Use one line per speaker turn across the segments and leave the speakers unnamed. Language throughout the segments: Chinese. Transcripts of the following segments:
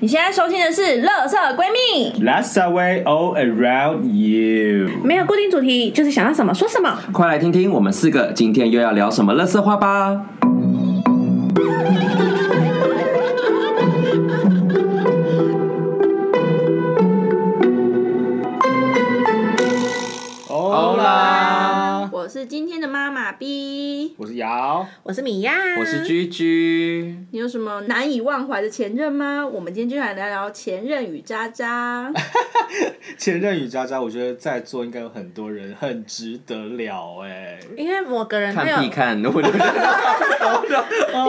你现在收听的是《乐色闺蜜》，
Last away all around you。
没有固定主题，就是想要什么说什么。
快来听听我们四个今天又要聊什么乐色话吧！
欧
啊
啦，
我是今天的妈妈 B，
我是瑶，
我是米娅，
我是。居居，
你有什么难以忘怀的前任吗？我们今天就来聊聊前任与渣渣。
前任与渣渣，我觉得在座应该有很多人很值得聊哎、
因为某个人他有，
看屁看，我就
毕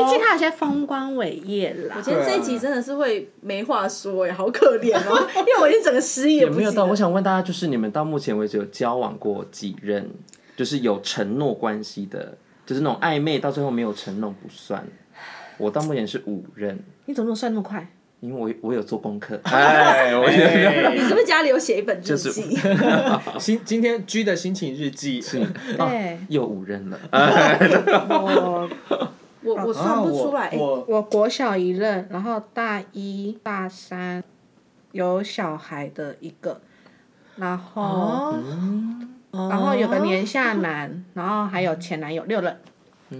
竟他有些风光伟业啦
我。今
啊
天这一集真的是会没话说哎、好可怜哦、 因为我已经整个失忆
也
了，
没有到。
不
我
记得
想问大家，就是你们到目前为止有交往过几任？就是有承诺关系的，就是那种暧昧到最后没有承诺不算。我到目前是五任，
你怎么算那么快？
因为我我有做功课。哎，我觉得
你是不是家里有写一本日
是
记？
今今天 G 的心情日记是
哦
对，
又五任了。
我
我我算不出
啊
来。哎
啊我我
我国小一任，然后大一、大三有小孩的一个，然后、
哦，
然后有个年下男，然后还有前男友六任。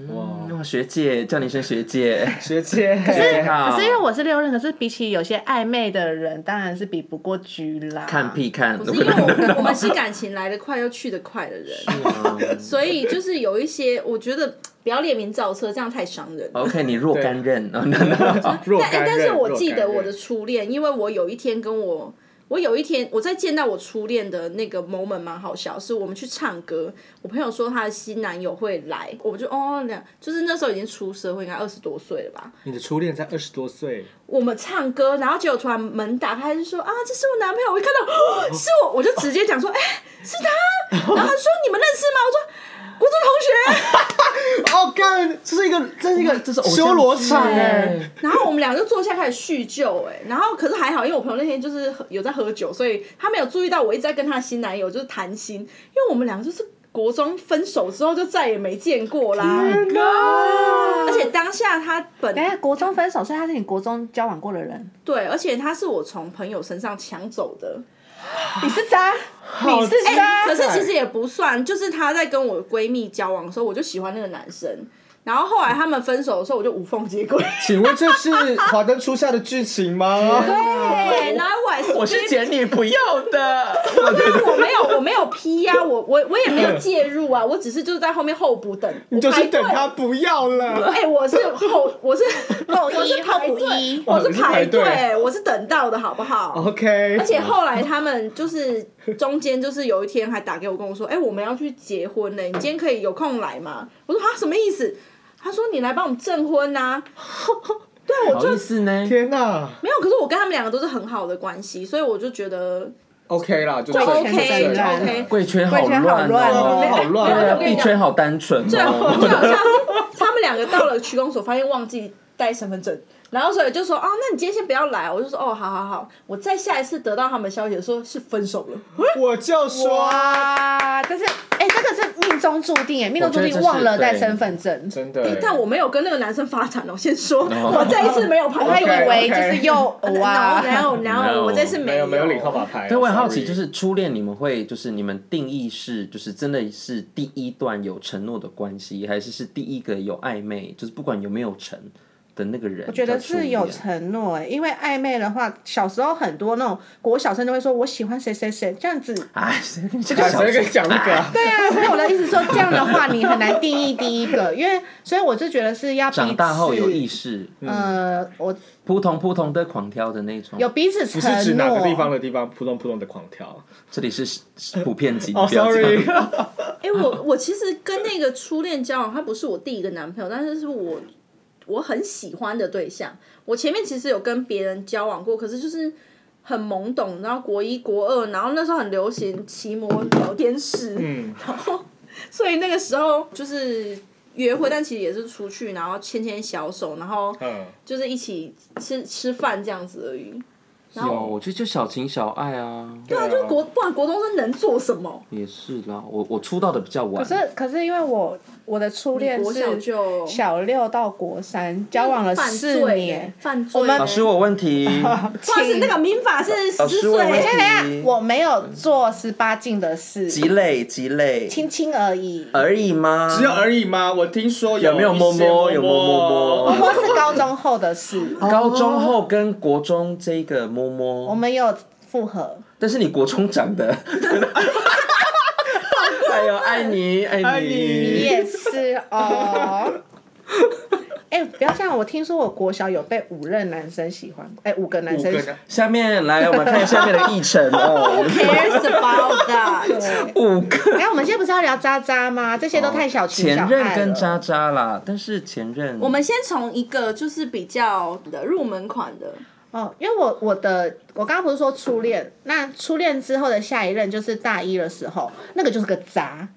哇，学姐叫你一声学姐，
学姐，
学姐好
可是因为我是六任，可是比起有些暧昧的人，当然是比不过居啦。
看屁看。
不是因为我我们是感情来得快又去得快的人，所以就是有一些我觉得不要列名造车，这样太伤人了。
OK，你若干任，
啊若
但
干
哎但是
任
我
若
记
干
得
任
我的初恋，因为我有一天跟我，我有一天我在见到我初恋的那个 moment 蛮好笑，是我们去唱歌，我朋友说她的新男友会来，我就哦，那就是那时候已经出社会，应该二十多岁了吧。
你的初恋在二十多岁，
我们唱歌，然后结果突然门打开，就说啊，这是我男朋友，我一看到、哦是我，我就直接讲说，哎、是他，然后他说你们认识吗？我说国中同学。
哦，干，这是一个，这是一个，这
是偶像
修罗场
剧
哎、
耶
然后我们俩就坐下开始叙旧，哎，然后可是还好，因为我朋友那天就是喝有在喝酒，所以他没有注意到我一直在跟他的新男友就是谈心，因为我们俩就是国中分手之后就再也没见过啦。而且当下他本
等一下国中分手，所以他是你国中交往过的 人，
对，而且他是我从朋友身上抢走的。哎
你是渣，你是渣。
可是其实也不算，就是她在跟我闺蜜交往的时候，我就喜欢那个男生。然后后来他们分手的时候，我就无缝接轨。
请问这是华灯初上的剧情吗？
对，然后我还
我是捡你不要的。 我觉得
我没有我没有批呀、我我我也没有介入 啊，我只是就是在后面候补等，
你
我
就
排
是
队
等。他不要了。
哎、我是 后我是
后
我是
一
排
后补
队
一，
我是
哦你是
排
排队哦
队，我是等到的好不好
OK，
而且后来他们就是中间就是有一天还打给我跟我说，哎、我们要去结婚呢、你今天可以有空来吗？我说啊他什么意思？他说你来帮我们证婚呐、对，我
好
就
意思呢。
天哪、
没有，可是我跟他们两个都是很好的关系，所以我就觉得
OK 啦，
就
就这样
OK
钱是
这
就
样
烂
OK。
贵圈好
贵圈好
乱
乱
哦，
哦好乱
没有我
哦
跟你
币
讲
圈好单纯
最后就
哦。
好像是他们两个到了区公所，发现忘记带身份证，然后所以就说哦，那你今天先不要来。我就说哦，好好好，我再下一次得到他们消息的时候是分手了。
我就说，
哇，这是哎、这个是命中注定哎，命中注
我觉
定
得这是
忘了带身份证，
真的欸，
哎但我没有跟那个男生发展哦，先说，我这一次没有排
我还以
队。
为就是又 偶啊，
然后然后
No
我这次
没
有
有没有领号码牌。啊
所以我很好奇，
sorry
就是初恋，你们会就是你们定义是就是真的是第一段有承诺的关系，还是是第一个有暧昧，就是不管有没有成的那个人？
我觉得是有承诺哎，因为暧昧的话，小时候很多那种国小生都会说我喜欢谁谁谁这样子。
哎，谁跟你讲
哎谁跟你讲那个 啊？
对啊，所以我的意思说，这样的话你很难定义第一个，因为所以我就觉得是要彼此
长大后有 意识，嗯
呃，我
扑通扑通的狂跳的那种。
有彼此
不
承诺。
是指哪个地方的地方，扑通扑通的狂跳。
这里是是普遍级，
哦
不要这样
，sorry，
哎、我我其实跟那个初恋交往，他不是我第一个男朋友，但是是我我很喜欢的对象。我前面其实有跟别人交往过，可是就是很懵懂，然后国一国二，然后那时候很流行骑摩聊天室，
嗯，
然后所以那个时候就是约会，但其实也是出去，然后牵牵小手，然后
嗯，
就是一起吃吃饭这样子而已。
有，哦我觉得就小情小爱啊，
对啊，
就国不然国中生能做什么？
也是啦。我我出道的比较晚，
可是可是因为我我的初恋
国小
是
就
小六到国三，交往了
犯
四
罪
年
耶。犯罪耶。
们
老师我有问 题，
或者是那个民法是
老
十
师
四
我有问
岁，
题，
我没有做十八禁的事，
几累几累
亲亲而已。
而已吗？
只有而已吗？我听说
有没有
一
摸
些
摸有摸摸摸
摸摸是高中后的事，
高中后跟国中这个摸
哦我
摸，
们有复合。
但是你国中长的，哎呦，爱你爱
爱
你
你
你，
也是 哦。哎、不要这样！我听说我国小有被五任男生喜欢过，哎、五个男
五
生
个人
下面来我们看下面的议程哦，
cares about that？
对。
五个。
哎、我们现在不是要聊渣渣吗？这些都太小情小
哦前
爱了。
任跟渣渣啦，但是前任
我们先从一个就是比较的入门款的，
哦，因为我我的我刚刚不是说初恋，那初恋之后的下一任就是大一的时候，那个就是个渣。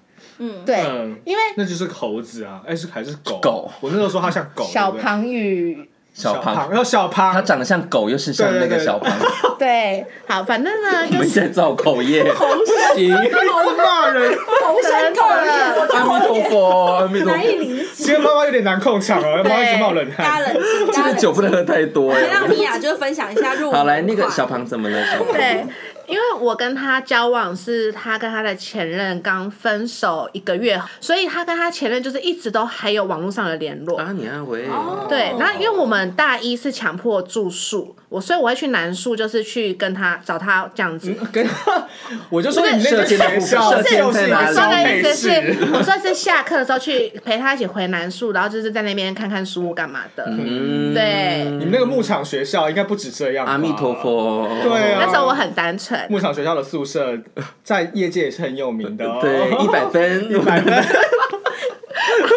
嗯，对，
嗯
因为
那就是个猴子啊，哎是还是狗？
狗
我那时候说它像狗，
小
对不对
庞宇
小
小
胖
然，后小胖，
他长得像狗，又是像那
对对
个
对
小胖，
对，好，反正 呢，
我
就
们
是
现在造口业，行，
一直骂人，
红山狗了，
阿弥陀佛，阿弥陀
难以
佛，
理
今
解。
天妈妈有点难控场哦，妈妈一直冒冷
大
汗。
家冷静，
这
大家冷
个哎酒
静。
不能喝太多
先让
哎。
米娅就分享一下入门款。
好，来那个小胖怎么了？小胖
对，因为我跟他交往是他跟他的前任刚分手一个月，所以他跟他前任就是一直都还有网络上的联络。
啊，你安慰，
对，那因为我们大一是强迫住宿，我所以我会去南宿，就是去跟他找他这样子。
嗯
跟我就说你那
射
个
箭的
学
部分
校
射箭
就
在
是一
哪
个
里
消
说的
费
意思
市
是，我说是下课的时候去陪他一起回南宿，然后就是在那边看看书干嘛的。
嗯
对
你们那个牧场学校应该不止这样吧。
阿弥陀佛，
对啊
那时候我很单纯，
牧场学校的宿舍在业界也是很有名的哦。
对，一 百分，
百分。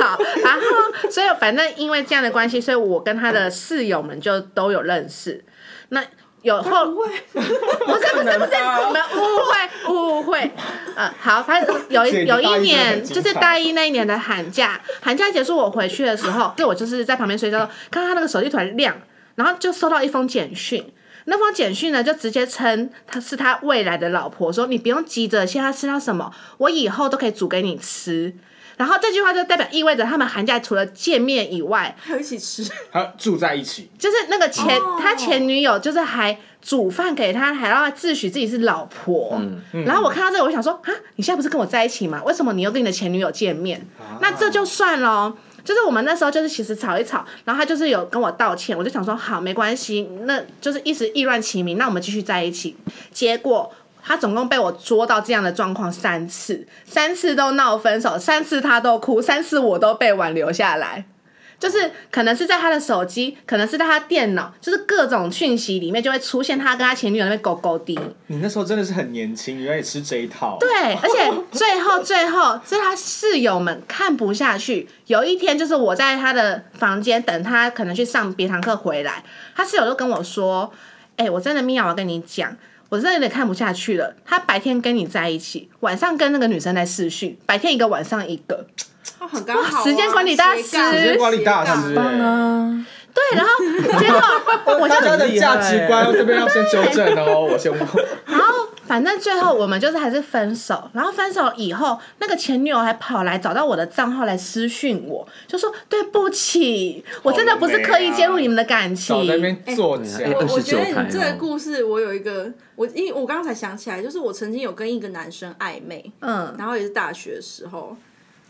好，然后所以反正因为这样的关系，所以我跟他的室友们就都有认识。那有后不是不是不是，我们误会误会，呃，好，反正有
所以
一
你大一
有
真
一
的
年
很精
就
彩
是大一那一年的寒假，寒假结束我回去的时候，就我就是在旁边睡觉，看到他那个手机突然亮，然后就收到一封简讯。那封简讯呢，就直接称他是他未来的老婆，说你不用急着现在吃到什么，我以后都可以煮给你吃。然后这句话就代表意味着他们寒假除了见面以外，
还有一起吃，
他住在一起，
就是那个前、
哦
他前女友就是还煮饭给他，还让他自诩自己是老婆。然后我看到这个，我想说啊，你现在不是跟我在一起吗？为什么你又跟你的前女友见面？那这就算了哦。就是我们那时候就是其实吵一吵，然后他就是有跟我道歉，我就想说好没关系，那就是一时意乱情迷，那我们继续在一起。结果他总共被我捉到这样的状况三次，三次都闹分手，三次他都哭，三次我都被挽留下来。就是可能是在他的手机，可能是在他电脑，就是各种讯息里面就会出现他跟他前女友那边勾勾滴。
你那时候真的是很年轻，原来也吃这一套。
对，啊而且最后最后是他室友们看不下去。有一天，就是我在他的房间等他，可能去上别堂课回来，他室友就跟我说：“哎、我真的米娅，我要跟你讲，我真的有点看不下去了。他白天跟你在一起，晚上跟那个女生在视讯，白天一个，晚上一个。
哦很刚好啊。
时间管理大师
斜杠
时间
管理大师
斜杠
棒啊！
对，然后结果我就
大家的价值观这边要先纠正哦， 我先问。
然后反正最后我们就是还是分手，然后分手以后，那个前女友还跑来找到我的账号来私讯我，就说对不起，我真的不是刻意介入你们的感情。
少在那边作假
哎哎。
嗯我我
29
觉得
台
你这个
哦
故事，我有一个，我因为我刚才想起来，就是我曾经有跟一个男生暧昧，
嗯，
然后也是大学的时候，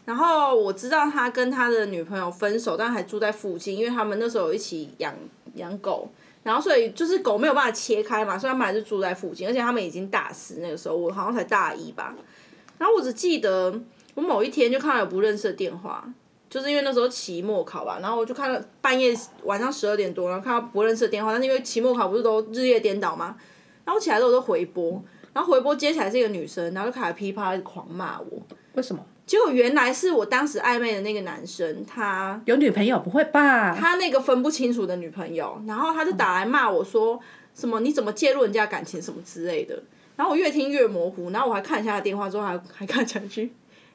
然后我知道他跟他的女朋友分手，但还住在附近，因为他们那时候有一起养养狗，然后所以就是狗没有办法切开嘛，所以他们还是住在附近，而且他们已经大四那个时候，我好像才大一吧，然后我只记得我某一天就看到有不认识的电话。就是因为那时候期末考吧，然后我就看了半夜晚上十二点多，然后看到不认识的电话，但是因为期末考不是都日夜颠倒吗？然后起来之后我就回拨，然后回拨接起来是一个女生，然后就开始噼啪地狂骂我。
为什么
结果原来是我当时暧昧的那个男生，他
有女朋友？不会吧？
他那个分不清楚的女朋友，然后他就打来骂我说什么你怎么介入人家感 情什么之类的。然后我越听越模糊，然后我还看一下他电话之后还还看下去，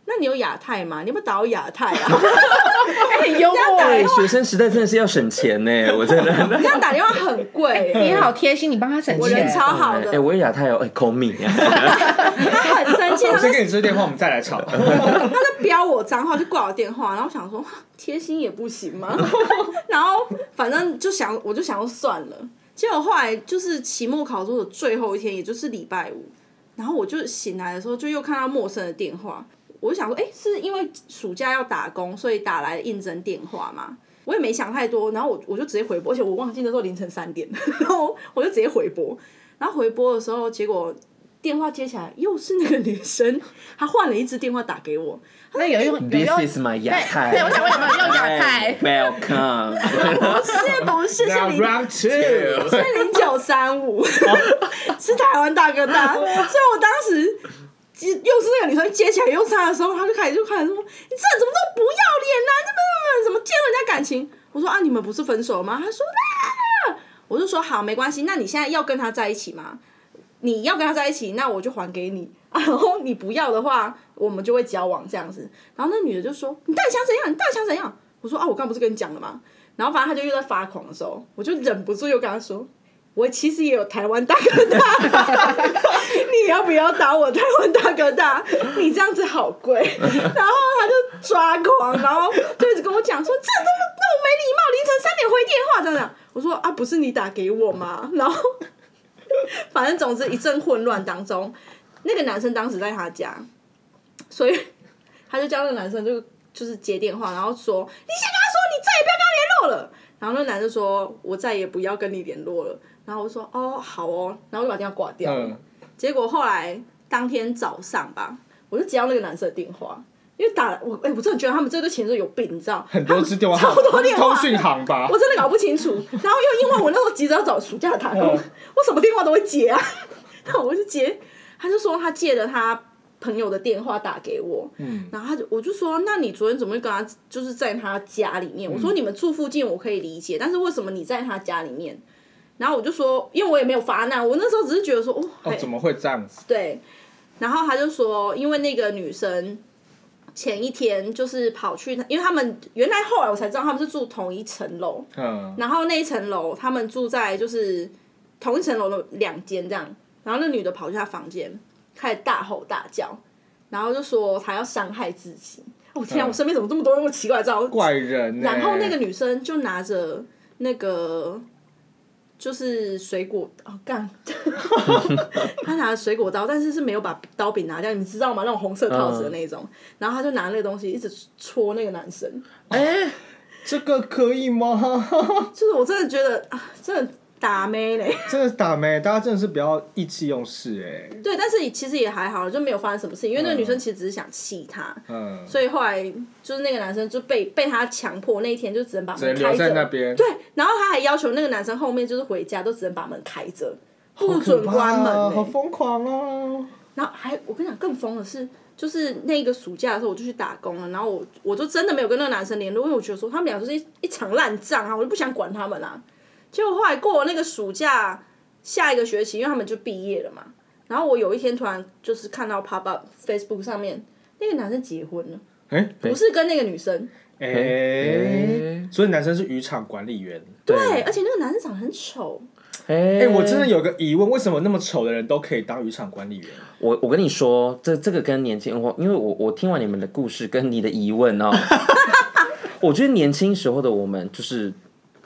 那你有亚太吗？你要不要打我亚太啊？
很幽默
对
哎，
学生时代真的是要省钱呢，我 真的。
这样打电话很贵、
你好贴心，你帮他省
我人
钱。
超好的
哎，，我也亚太哦，哎，call me 啊，
他很生气，
我
他在
先跟你说电话，我们再来吵。
飙我脏话，就挂我电话，然后我想说贴心也不行吗？ 然后反正就想，我就想要算了。结果后来就是期末考中的最后一天，也就是礼拜五，然后我就醒来的时候，就又看到陌生的电话，我就想说，哎、是因为暑假要打工，所以打来的应征电话嘛？我也没想太多，然后我我就直接回拨，而且我忘记那时候凌晨三点， 然后我就直接回拨，然后回拨的时候，结果电话接起来又是那个女生，她换了一支电话打给我，
那有用有
This
用
is my 哎亚太。
对我想问有没有用亚太
Welcome。
是不是是
那
零
round two，
是零九三五， 是台湾大哥大，所以我当时。接又是那个女生接起来又是她的时候，她就开始就开始说：“你这人怎么这么不要脸呐、啊？你怎么怎么见人家感情？”我说：“啊，你们不是分手吗？”她说：“啊！”我就说：“好，没关系。那你现在要跟他在一起吗？你要跟他在一起，那我就还给你。啊然后你不要的话，我们就会交往这样子。”然后那女的就说：“你到底想怎样？你到底想怎样？”我说：“啊，我刚不是跟你讲了吗？”然后反正他就又在发狂的时候，我就忍不住又跟他说：“我其实也有台湾大哥大，你要不要打我台湾大哥大？你这样子好贵。”然后他就抓狂，然后就一直跟我讲说：“这这么那么没礼貌，凌晨三点回电话这样讲。”我说：“啊，不是你打给我吗？”然后反正总之一阵混乱当中，那个男生当时在他家，所以他就叫那个男生就就是接电话，然后说：“你先跟他说，你再也不要跟他联络了。”然后那男生说：“我再也不要跟你联络了。”然后我说：“哦，好哦。”然后就把电话挂掉了。
嗯，
结果后来当天早上吧，我就接到那个男生的电话，因为打我哎、我真的觉得他们这对情侣有病，你知道？
很多支电话号
超
码，
多电话
通讯行吧
我。真的搞不清楚。然后又因为我那时候急着要找暑假打工，
嗯
我什么电话都会接啊，然后我就接，他就说他借了他朋友的电话打给我，
嗯，
然后他就我就说，那你昨天怎么会跟他就是在他家里面？
嗯
我说你们住附近我可以理解，但是为什么你在他家里面？然后我就说，因为我也没有发难，我那时候只是觉得说，哦，
哦
还，
怎么会这样子？
对，然后他就说，因为那个女生前一天就是跑去，因为他们原来后来我才知道他们是住同一层楼，
嗯，
然后那一层楼他们住在就是同一层楼的两间这样，然后那女的跑去他房间开始大吼大叫，然后就说她要伤害自己。哦天啊！
嗯
我身边怎么这么多那么奇怪的招？
怪人呢。欸
然后那个女生就拿着那个就是水果哦干， 她拿着水果刀，但是是没有把刀柄拿掉，你知道吗？那种红色套子的那种。然后她就拿那个东西一直戳那个男生，
哎，这个可以吗？
就是我真的觉得啊，真的打妹嘞。
真的是打没，大家真的是不要意气用事哎。
对，但是其实也还好，就没有发生什么事情，因为那个女生其实只是想气他，
嗯，
所以后来就是那个男生就被被他强迫，那一天就只能把
只能
门
留
开
在
着。
那边。
对，然后他还要求那个男生后面就是回家都只能把门开着，不
好可
准
怕啊，
关门欸、
好疯狂哦！
然后还我跟你讲更疯的是，就是那个暑假的时候我就去打工了，然后我我就真的没有跟那个男生联络，因为我觉得说他们俩就是一一场烂仗啊，我就不想管他们啦、结果后来过了那个暑假，下一个学期，因为他们就毕业了嘛，然后我有一天突然就是看到 pop up Facebook 上面那个男生结婚了，
哎
不是跟那个女生，
哎，所以男生是渔场管理员。
对，而且那个男生长得很丑，
哎
哎，我真的有个疑问，为什么那么丑的人都可以当渔场管理员？
我我跟你说，这这个跟年轻我，因为我我听完你们的故事跟你的疑问 哦，我觉得年轻时候的我们就是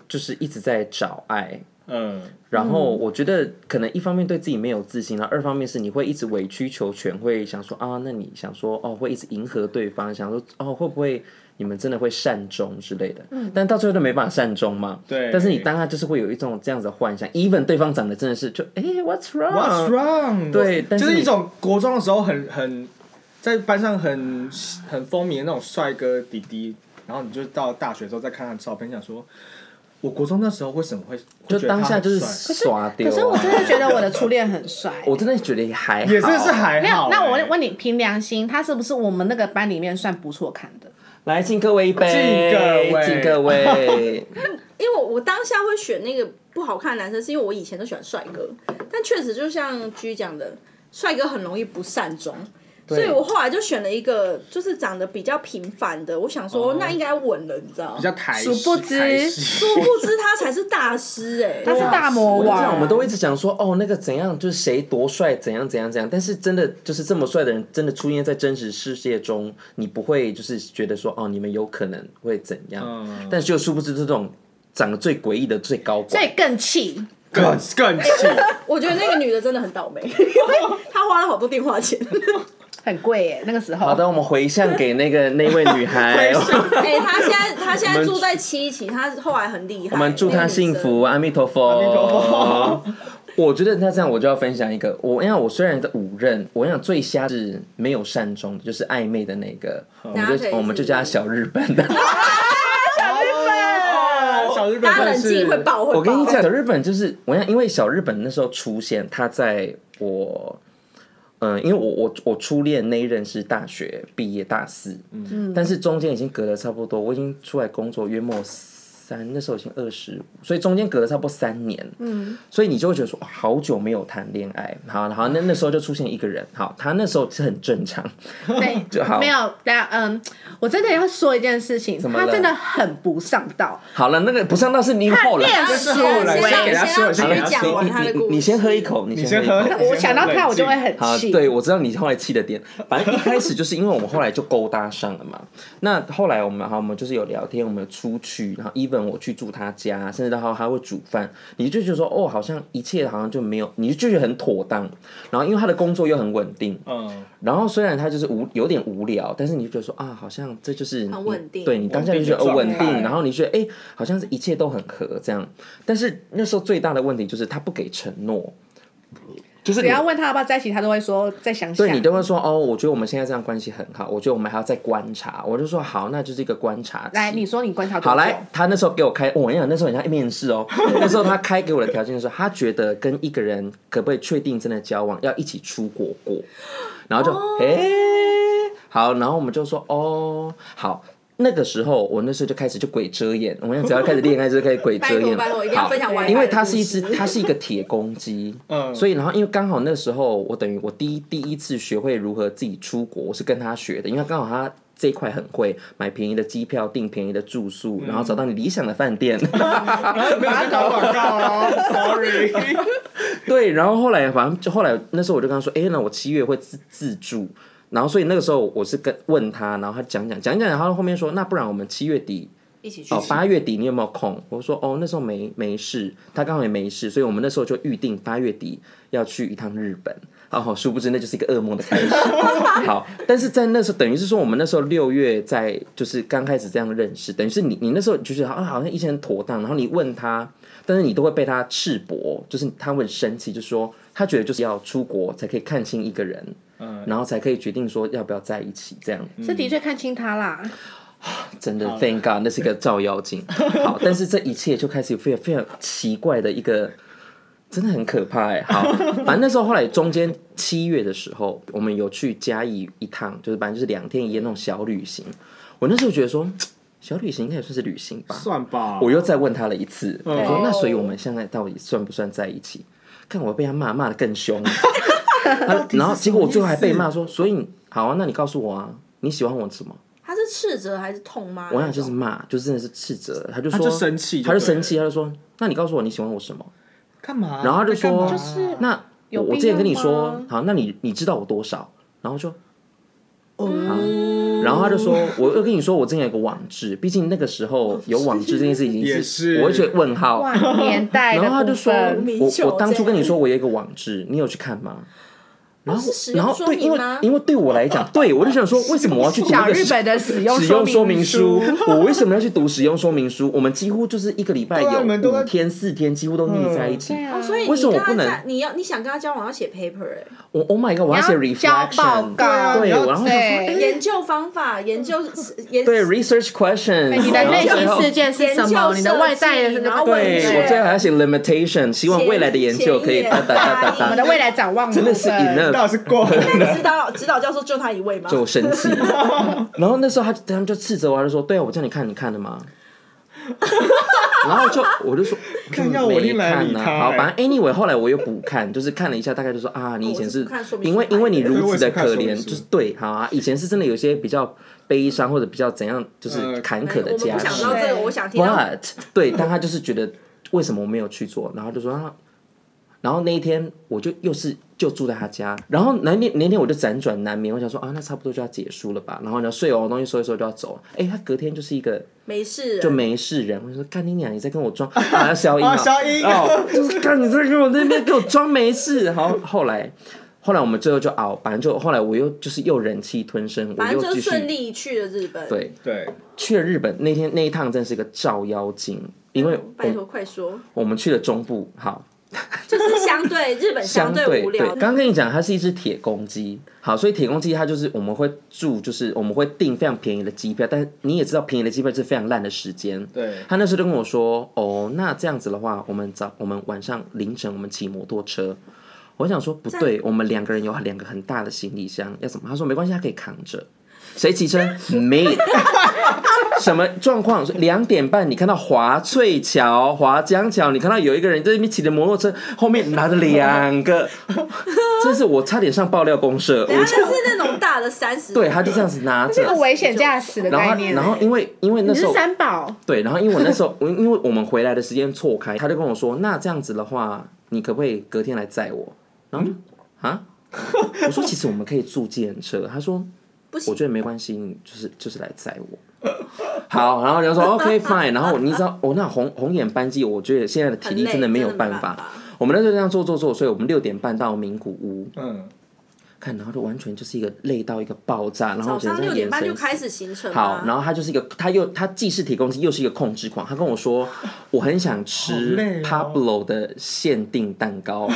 就是一直在找爱，
嗯，
然后我觉得可能一方面对自己没有自信，然后二方面是你会一直委曲求全，会想说啊，那你想说哦，会一直迎合对方，想说哦，会不会你们真的会善终之类的？
嗯
但到最后都没办法善终嘛。
对
但是你当下就是会有一种这样子的幻想，even 对方长得真的是就哎，what's
What's
wrong？
wrong？
对但是
就是
你
一种国中的时候很很在班上很很风靡的那种帅哥弟弟，然后你就到大学之后再看他的照片，想说，我国中那时候为什么会会
就
觉得他
当
很
下就是
帅
刷掉、啊
可是我真的觉得我的初恋很帅。
我真的觉得也还好哎
也真的是还
没
好欸、
有，那我问问你，凭良心，他是不是我们那个班里面算不错看的？
来敬各位一杯，
敬各位
敬 各位。
因为我我当下会选那个不好看的男生，是因为我以前都喜欢帅哥，但确实就像居讲的，帅哥很容易不善终。所以我后来就选了一个就是长得比较平凡的，我想
哦
说那应该稳了，你知道
比
吗
较？台
殊不知
殊
殊不知他才是大师哎、
他是
啊
大魔
我知道，
王，
我们都一直讲说，哦，那个怎样，就是谁多帅，怎样怎样怎样。但是真的就是这么帅的人，真的出现在真实世界中，你不会就是觉得说，哦，你们有可能会怎样。
嗯
但就殊不知这种长得最诡异的最高
所
管，
以更气。
更更气，
我觉得那个女的真的很倒霉， 她花了好多电话 钱。
很贵耶，那个时候。
好的，我们回向给那个那位女孩，哦
哎、她现在她现
我
在
们
住在七期，她后来很厉害。
我们祝她幸福，阿弥陀佛。
阿弥陀
我觉得那这样我就要分享一个，我因为我虽然在五任，我想最瞎是没有善终，就是暧昧的那个，我们
大家可以
就我们就叫她小日本
哦小日
那
本
个女生。大家
算
冷
是
静会爆，会爆。
我跟你讲，小日本就是我想，因为小日本那时候出现，他在我，嗯、因为我我我初恋那一任是大学毕业大四，嗯，但是中间已经隔了差不多，我已经出来工作约莫三，那时候已经二十五，所以中间隔了差不多三年，嗯，所以你就会觉得说，哇好久没有谈恋爱，好，好，那那时候就出现一个人，好，他那时候是很正常，
对，
就好
没有，但嗯，我真的要说一件事情，
么
他
了
真的很不上 道，
好了，那个不上道是你后来。
练
是后来
先
先给他说了，
先
先
让
给
先
他
讲
说
完
了。
他的
你
故
你
事
你先喝一口，你
你
先
先
喝一口。
喝，
我想到他我就会很
好，
气。
对，我知道你后来气的点，反正一开始就是因为我们后来就勾搭上了嘛。 那后来我们好，我们就是有聊天，我们有出去，然后 even 我去住他家，甚至到他会煮饭，你就觉得说哦，好像一切好像就没有，你就觉得很妥当。然后因为他的工作又很稳定，
嗯，
然后虽然他就是无有点无聊，但是你就觉得说啊，好像这就是
很
你
稳定
对你当下就觉得哦
稳
稳
定的状态
定，然后你觉得哎、好像是一切都很合这样。但是那时候最大的问题就是他不给承诺。就是
只
你
要问他要不要在一起，他都会说再想想。
对你都会说哦，我觉得我们现在这样关系很好，我觉得我们还要再观察。我就说好，那就是一个观察期。
来，你说你观察多久
好来，，他那时候给我开，哦我跟你讲，那时候很像面 试哦。那时候他开给我的条件是，他觉得跟一个人可不可以确定真的交往，要一起出国过，然后就
哦
诶、好，然后我们就说哦好。那个时候，我那时候就开始就鬼遮眼，我们只要开始恋爱就开始鬼遮眼。
拜托拜托一定要
好
分享完
因为
他的
它
故
是一
事
只，它是一个铁公鸡，
嗯
所以然后因为刚好那时候我等于我第一第一次学会如何自己出国，我是跟他学的，因为刚好他。这一块很会买便宜的机票，订便宜的住宿，然后找到你理想的饭店。
不要搞广告哦，sorry。
对，然后后来反正就后来那时候我就跟他说，哎、那我七月会自自助。然后所以那个时候我是跟问他，然后他讲讲讲讲，然后后面说，那不然我们七月底
一起去
哦，八月底你有没有空？我说哦，那时候没没事，他刚好也没事，所以我们那时候就预定八月底要去一趟日本。哦，殊不知那就是一个噩梦的开始。好，但是在那时候，等于是说我们那时候六月在就是刚开始这样认识，等于是你你那时候就是啊，好像一切很妥当，然后你问他，但是你都会被他斥驳，就是他会很生气，就说他觉得就是要出国才可以看清一个人，
嗯
然后才可以决定说要不要在一起这样。
是的确看清他啦。
嗯真的，Thank God，那是一个照妖镜。好，但是这一切就开始有非常非常奇怪的一个，真的很可怕哎。好，反正那时候后来中间七月的时候，我们有去嘉义一趟，就是反正就是两天一夜那种小旅行。我那时候觉得说，小旅行应该也算是旅行吧。
算吧，
我又再问他了一次，我说
哦
那所以我们现在到底算不算在一起？看我被他骂骂的更凶。他然后结果我最后还被骂说，所以你好啊，那你告诉我啊，你喜欢我什么？
她是斥责还是痛吗？
我想就是骂，就真的是斥责，他就说
他就生气就
他
对了
就生气，他就说，那你告诉我你喜欢我什么？
干嘛？
然后他就
在干嘛
说，
是
那我
必
我之前跟你
要
说
吗，
好，那你你知道我多少？然后就，哦，然后他就说，我又跟你说，我之前有个网志，毕竟那个时候有网志这件事情
也
是，
是
我会觉得问号。
哇，年代的
然后他就
部
说，
分
明
我
秀
我当初
这
跟你
样哦
说我有一个网志，你有去看吗？然后
是使，用
然后
说
对，
明
因为
吗
因为对我来讲，对我就想说，为什么我要去读
小
一个
日本的使用
使用
说
说
明
明
书
书，我为什么要去读使用说明书？我们几乎就是一个礼拜
对啊你们
有
都在
五天四天，几乎都腻在一起。
对啊，
哦，所以你
为什么
跟
我不
她
能
在，你要你想跟她交往要写 paper 哎、
我 Oh my god，我写
你要交报
reflection，
告，
对，
你要
我然后就说
对
研究方法，研究研
对 research
哎
question，
你的
然后
内
最
心
后
世界是什
研
么？
究
你的外在
设
是
计
什
然后
么？
问
对
卷
我最后还要写 limitation，希望未来的研究可以
前
哒哒哒
前
我
哒
言
们
哒，
的未来展望
真的是
部分
enough
到底是过分了，
究指导指导教授就他一位吗？
就生 气。然后那时候他 他们就斥责我，他就说：“对啊，我叫你看，你看了吗？”然后就我就说，
看要我另来理
没看
他
啊。好，
欸。
反正 anyway，后来我又补看，就是看了一下，大概就说啊，你以
哦
前
我是不看说明书
因为
看的
因为你如此的可
哎对我也
怜，
是看说明书
就是对，好啊，以前是真的有些比较悲伤或者比较怎样，就是
呃
坎
哎
坷
我
的
们
家
不想
世
知。道这个，
对
我想听到
But 对，但他就是觉得为什么我没有去做，然后就说啊，然后那一天我就又是就住在他家，然后那天那天我就辗转难眠，我想说啊，那差不多就要结束了吧，然后呢睡哦，东西收一收就要走了，哎，他隔天就是一个
没事，
就没事人，我就说干你娘，你在跟我装啊，消音
啊，
啊，
小英，
哦，就是干你在跟我那边给我装没事，好，后来。后来我们最后就熬，反正就后来我又就是又忍气吞声，我
反
又
正就
继
顺
续
利去了日本。
对
对，
去了日本那天那一趟真的是个照妖镜，因为我
拜托快说，
我们去了中部，好，
就是相对日本
相
对无
对，
聊，
刚跟你讲，它是一只铁公鸡，好，所以铁公鸡它就是我们会住，就是我们会订非常便宜的机票，但是你也知道便宜的机票是非常烂的时间，
对
他那时候就跟我说，哦，那这样子的话，我们早我们晚上凌晨我们骑摩托车。我想说不对，我们两个人有两个很大的行李箱，要怎么？他说没关系，他可以扛着。谁骑 车？Me。什么状况？两点半，你看到华翠桥、华江桥，你看到有一个人在那边骑着摩托车，后面拿着 两个，真是我差点上爆料公社。
等一
我
下就是那种大的三十，
对，他就这样子拿
啊这个
着，
危险驾驶的
然
概
后
念。
然后因为因为那
你
时
是
候
三宝，
对，然后因为我那时候，我因为我们回来的时间错开，他就跟我说，那这样子的话，你可不可以隔天来载我？然后
嗯
啊，我说其实我们可以住计程车，他说
不
我
行，
觉得没关系，你就是就是来载我。好，然后人家说 OK fine，然后我你知道，我、那红红眼班机，我觉得现在的体
很
力
累
真的没有
办
办法。。我们那时候这样做做做，所以我们六点半到名古屋，
嗯，
看，然后就完全就是一个累到一个爆炸，然后
早上
整个
六
眼
点半就
神
开始行程
好
吗，
然后他就是一个，他又他既是提供机，又是一个控制狂。他跟我说，我很想吃
好累哦
Pablo 的限定蛋糕，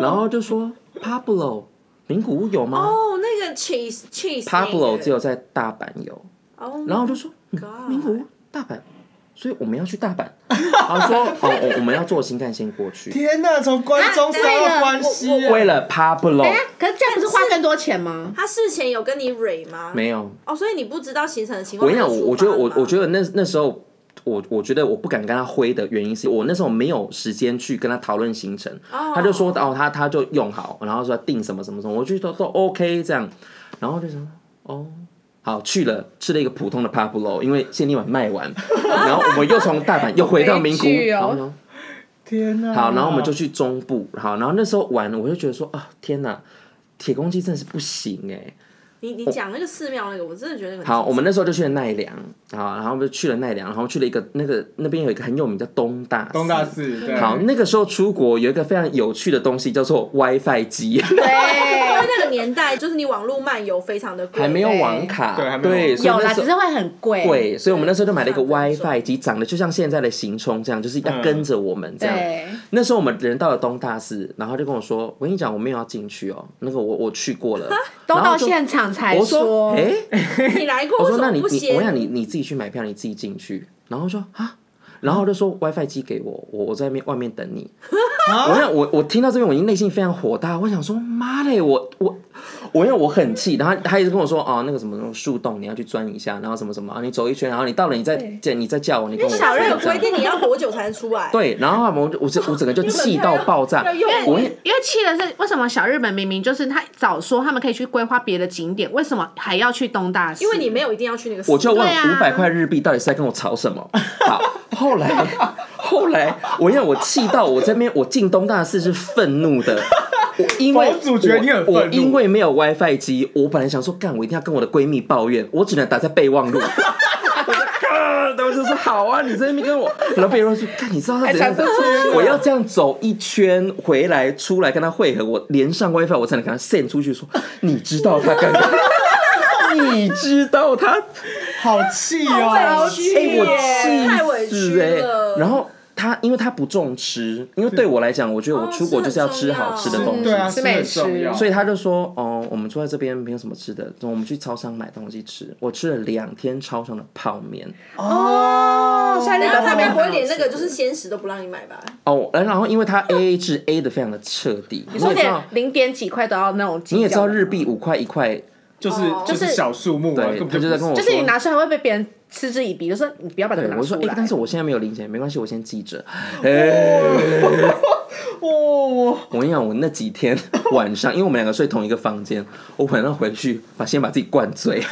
然后就说 Pablo 名古屋有吗、
哦，那个 cheese cheese
p a b l o
那个
只有在大阪有。
哦
然后我就说，嗯
God
名古屋大阪，所以我们要去大阪。 然后说，哦，我我们要坐新干线过去，
天啊哪，从关中杀到关西耶，
为了 Pablo
哎，可是这样不是花更多钱吗？
他事前有跟你蕊吗？
没有。
哦，所以你不知道行程的情
我
况。
跟你讲，我我觉得我我觉
得
得那那时候。我我觉得我不敢跟他挥的原因是我那时候没有时间去跟他讨论行程，
哦
他就说哦他他就用好，然后说定什么什么什么，我就都都 OK 这样，然后就想哦好去了吃了一个普通的 Pablo，因为限定碗卖完，然后我们又从大阪又回到名
好
古
悲剧
屋，
哦
然后呢
天哪，
好，然后我们就去中部，好，然后那时候玩我就觉得说啊天哪，铁公鸡真的是不行哎、
你你讲那个寺庙那个，我真的觉得很
好，我们那时候就去了奈良，好，然后就去了奈良，然后去了一个那个那边有一个很有名叫东大寺
东大。寺，对，
好，那个时候出国有一个非常有趣的东西叫做 WiFi 机，
因为
对，
哎那个年代就是你网络漫游非常的贵，
还没有
对
网卡，
对还没有
对，
网
所以
有啦，
那时
只
候
是会很贵。
对，所以我们那时候就买了一个
上分钟
WiFi 机，长得就像现在的行充这样，就是要
嗯
跟着我们这样。
对，
那时候我们人到了东大寺，然后就跟我说：“我跟你讲，我没有要进去哦，那个我我去过 了。”
都
然后
到
就
现场才
我说：“哎、
你来过，
我
为
说
什
那
么
你
不
你
写
我想你你自己去买票，你自己进去。然后说啊，然后就说 WiFi 机给我，我我在面外面 等你。我想我我听到这边，我已经内心非常火大，我想说妈嘞，我我我因为我很气，然后他一直跟我说哦那个什么那种树洞你要去钻一下，然后什么什么，啊你走一圈，然后你到了你再再你再叫我，你跟我
小瑞有
说这样
规定你要多久才能出来？
对，然后我就我就 我整个就气到爆炸，
要用
我
力
也
因为气的是为什么小日本明明就是他早说他们可以去规划别的景点，为什么还要去东大寺？
因为你没有一定要去那个寺，
我就问
对啊
五百块日币到底是在跟我吵什么？好，后来后来，我因为我气到我这边，我进东大寺是愤怒的。我因为
佛祖觉得你很愤
我
怒
我因为没有 WiFi 机，我本来想说，干，我一定要跟我的闺蜜抱怨，我只能打在备忘录。我 说干然后就说好啊，你在那边跟我，然后备忘录说，干，你知道
哎
他怎样
还传出
啊
去？
我要这样走一圈回来，出来跟他会合，我连上 WiFi，我才能给他 send 出去说，你知道他刚刚， 你知道他
好气
好
哦
委，屈
哎、我
耶太委
气
屈
死哎、
了
然后他，因为他不重吃，因为对我来讲，我觉得我
哦
出国就是要
吃
吃
很重
好
要
吃的东西，
对啊，
吃
是
美
很重要，
食
所以他就说，哦，我们坐在这边没有什么吃的，那我们去超商买东西吃。我吃了两天超商的泡面，
哦，所以日
然
本
后他
泡面
们
很
不
好
会
吃
连那个就是鲜食都不让你买吧？
哦，然后因为他 A A 制 A 的非常的彻底，
你
我
说
也知道
连零点几块都要那种计较，
你也知道日币五块一块。
就是
哦
就
就是是
小树木啊，根
对
本
他就在跟我
就
说
是你拿出来会被别人嗤之以鼻，就说你不要把这
对
个拿
我说
出，
哎、
来。
但是我现在没有零钱，没关系，我先记着。哎、
哦，
我跟你讲，我那几天 晚上，因为我们两个睡同一个房间，我晚上回去把先把自己灌醉，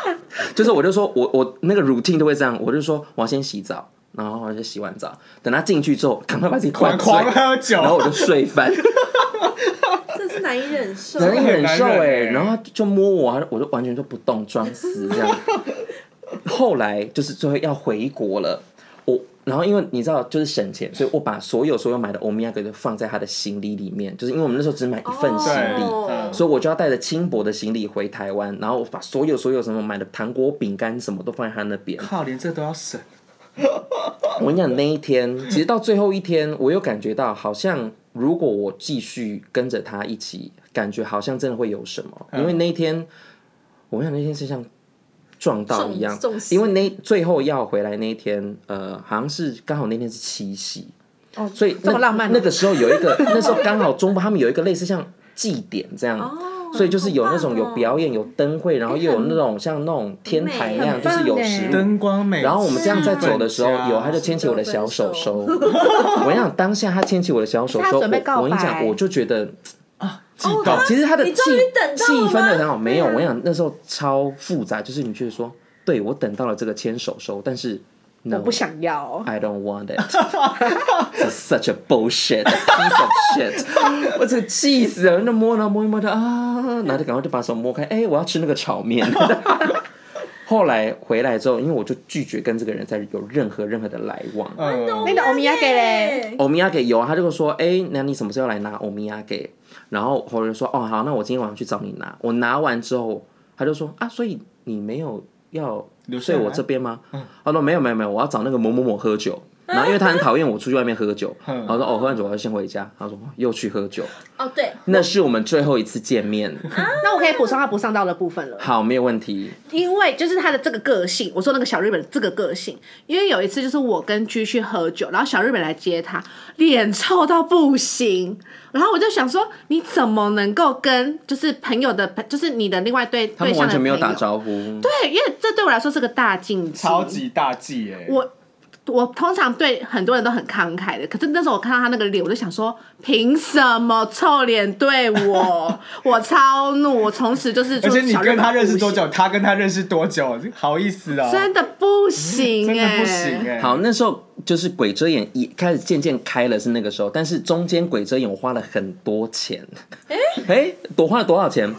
就是我就说我我那个 routine 都会这样，我就说我要先洗澡，然后就洗完澡，等他进去之后，赶快把自己灌
狂
醉，
狂喝
然后
酒，
我就 睡翻，
真是难以忍受。
难以忍受
很难
哎、
忍欸
然后他就摸我，我就完全就不动，装死这样。 后来就是最后要回国了，我然后因为你知道就是省钱，所以我把所有所有买的欧米亚给就放在他的行李里面，就是因为我们那时候只买一份行李。
哦
嗯
所以我就要带着轻薄的行李回台湾，然后我把所有所有什么买的糖果、饼干什么都放在他那 边。
靠，连这都要省，
我跟你讲，那一天，其实到最后一天，我又感觉到好像，如果我继续跟着他一起，感觉好像真的会有什么。
嗯
因为那一天，我跟你讲，那天是像撞到一样
中中，邪
因为那最后要回来那一天，呃，好像是刚好那天是七夕，
哦
所以
这么
那
浪漫
那个时候有 一个，那时候刚好中部他们有一个类似像祭典这样。
哦
所以就是有那
好
种
棒哦
有表演、有灯会，然后又有那种像那种天台那样，就是有食物
灯光
欸
美，
然后我们这样在走的时候，
气氛
有他就牵起我的小手手。我跟你讲，当下他牵起我的小手
是他
手，我我
准备告
跟你讲，
白
我就觉得，哦
激动，
其实他的
啊你
气
终于等到
气
了吗
氛的很好，没有。我跟你讲，那时候超复杂，就是你觉得说，对我等到了这个牵手手，但是 no，
我不想 要。
I don't want it. It's such a bullshit piece of shit. 我真的气死了，那摸呢摸一摸的啊，然后就赶快就把手摸开，哎、我要吃那个炒面。 后来回来之后，因为我就拒绝跟这个人再有任何任何的来往。
哦
嗯，
那个欧米亚给嘞，
耶
欧米亚给有啊，他就说，哎、那你什么时候来拿欧米亚给？然后我就说，哦，好，那我今天晚上去找你拿。我拿完之后，他就说，啊，所以你没有要
留下
睡
来
我这边吗？他说没有没有没有，我要找那个某某某喝酒。然后因为他很讨厌我出去外面喝酒，然后说哦喝完酒我要先回家。他说又去喝酒，
哦对，
那是我们最后一次见面。
那我可以补充他不上道的部分了。
好，没有问题。
因为就是他的这个个性，我说那个小日本这个个性，因为有一次就是我跟居去喝酒，然后小日本来接他，脸臭到不行，然后我就想说，你怎么能够跟就是朋友的，就是你的另外对对
他们
象
完
的
全
朋
没
友
有打招呼。
对，因为这对我来说是个大禁忌，
超级大忌哎，
我我通常对很多人都很慷慨的，可是那时候我看到他那个脸，我就想说，凭什么臭脸对我？ 我超怒，我从此就是就
而且你
小日
跟
本
他认识
不
多
行？
久？他跟他认识多久？好意思哦，
真的不行、
真
欸，
的不行哎，
好，那时候就是鬼遮眼一开始渐渐开了，是那个时候，但是中间鬼遮眼我花了很多钱，哎、我花了多少钱？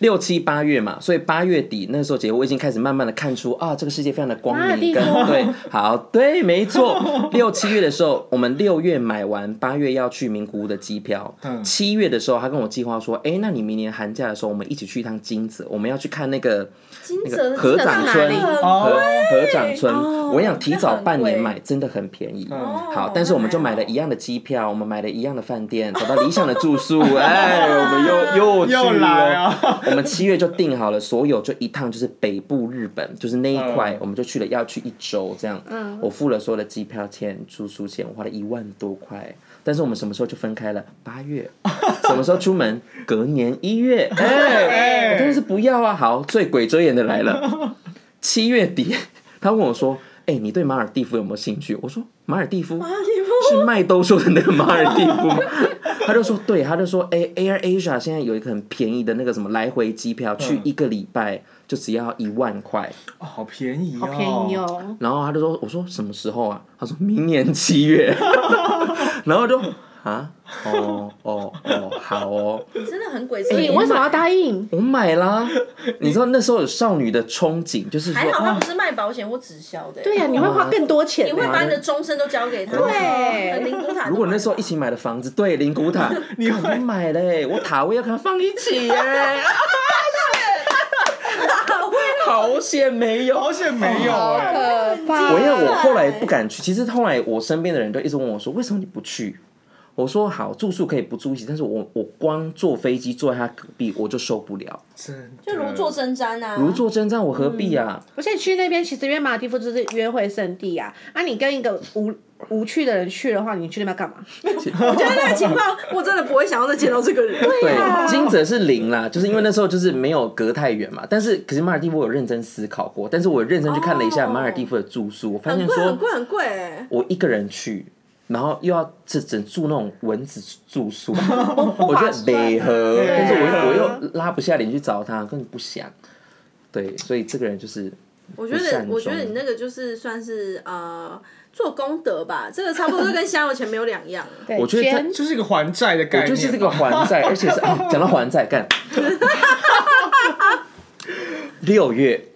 六七八月嘛，所以八月底那时候，姐我已经开始慢慢的看出啊，这个世界非常的光
啊
明
地
跟
宫
对，好对，没错。六七月的时候，我们六月买完，八月要去名古屋的机票。
嗯
七月的时候，他跟我计划说，哎、那你明年寒假的时候，我们一起去一趟金泽，我们要去看那个
金
那
泽
个
的
合掌
金泽是哪里
村，
哦
合合掌村，
哦
我想提早半年
那很
买，真的很便宜。
哦
好，但是我们就买了一样的机票，我们买了一样的饭店，找到理想的住宿，哎，我们又又去
又来
了。
啊，
我们七月就定好了，所有就一趟就是北部日本，就是那一块
嗯，
我们就去了，要去一周这样。我付了所有的机票钱、住宿钱，我花了一万多块。但是我们什么时候就分开了？八月，什么时候出门？隔年一月，哎，我当然是不要啊！好，最鬼遮眼的 来了，七月底，他问我说：“哎、你对马尔蒂夫有没有兴趣？”我说：“马尔蒂夫，
啊
马尔蒂夫是麦兜说的那个马尔蒂夫吗？” 他就说：“对，他就说，哎、a i r Asia 现在有一个很便宜的那个什么来回机
嗯
票，去一个礼拜就只要一万块。”
哦好便宜，
好便宜。哦。
然后他就说：“我说什么时候啊？”他说：“明年七月。” 然后我就啊，哦哦哦，好哦，
哎你真的很鬼扯。
你为什么要答应？
我买啦。你知道那时候有少女的憧憬，就是说
还好他
啊
不，是卖保险或直销的、欸
对呀、你会花更多钱、
你会把你的终身都交给他。
对
很灵骨塔。
如果那时候一起买的房子，对灵 骨塔，
你会
干我买嘞，我塔位要跟它放一起啊耶。好险没有，
好险没有
好
哎，
可怕！
啊
我因为我后来不敢去，其实后来我身边的人都一直问我说：“为什么你不去？”我说好，住宿可以不住一起，但是我我光坐飞机坐在他隔壁我就受不了，
真
就如坐针毡啊，
嗯如坐针毡，我何必啊？
嗯
而且去那边其实因为马尔地夫就是约会圣地啊，啊，你跟一个无无趣的人去的话，你去那边干嘛？
我觉得那个情 况，我真的不会想要再见到这个人。
对，
啊
金泽是零啦，就是因为那时候就是没有隔太远嘛。但是可是马尔蒂夫我有认真思考过，但是我认真去看了一下
哦
马尔蒂夫的住宿，我发
很
现
贵，很
说
贵，很贵、欸。
我一个人去。然后又要只整住那种蚊子住 宿，我觉
划
得
算
北河，
对
但是我
啊
又我又拉不下脸去找他，根本不想。对，所以这个人就是
我觉
不
得
善，
我觉得
终
你那个就是算是呃做功德吧，这个差不多就跟香油钱没有两样 了。
对，
我觉得
捐
在
就是一个还债的概念，
就是这个还债，而且 是啊，讲到还债，干。六月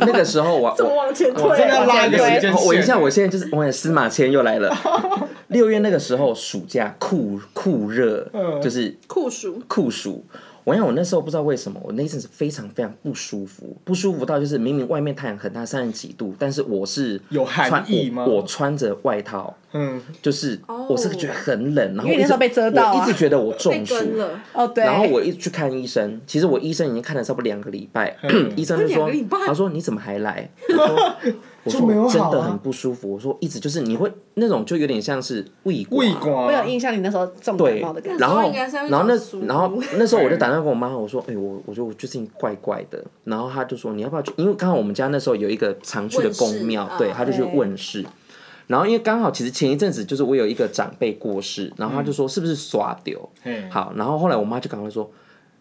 那个时候我，
怎么
我
往前
我
退
真的要
啊？
拉一个时间
我
线，
我一下，我现在就是，我也司马迁又来了。六月那个时候，暑假酷酷热，
嗯
就是
酷暑，
酷暑。我想我那时候不知道为什么，我那一阵子非常非常不舒服，不舒服到就是明明外面太阳很大，三十几度，但是我是
有寒
穿
意吗
我我穿着外套，
嗯，
就是
哦
我是觉得很冷，然
因
后
为
我一
那时
直
候被遮到啊
我一直觉得我
被
中暑
跟了，
哦对，
然后我一去看医生，其实我医生已经看了差不多两个礼拜，
嗯
医生就
两
哦
说
个礼拜，
他说你怎么还来？我
就
说
没有
我真
好
的
啊
很不舒服，我说一直就是你会那种就有点像是胃刮
胃瓜，
我有印象，你那时候重感
对
冒的感，觉。
然
那时候
后
应该是要去
然后
找叔
那
叔
然后那时候我就打电话跟我妈，我说哎我我觉得我最近怪怪的，然后她就说你要不要去？因为刚好我们家那时候有一个常去的公庙
问世，
对，
啊
她就去
对
问事。然后因为刚好其实前一阵子就是我有一个长辈过世，然
嗯
后她就说是不是耍丢？
嘿
好，然后后来我妈就赶快说，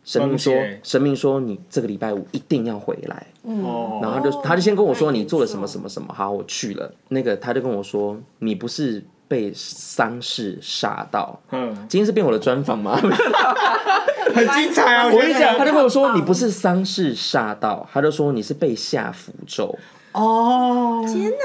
神明说
帮你写，
神明说你这个礼拜五一定要回来，
哦，
然后她就她就先跟我说
那也
你做了什么
是
什么什么，好，我去了，那个她就跟我说你不是被丧事吓到，
嗯，
今天是变我的专访 吗？
很精彩啊！
我跟你
觉得
讲，她就跟我说你不是丧事吓到，她就说你是被下符咒，
哦，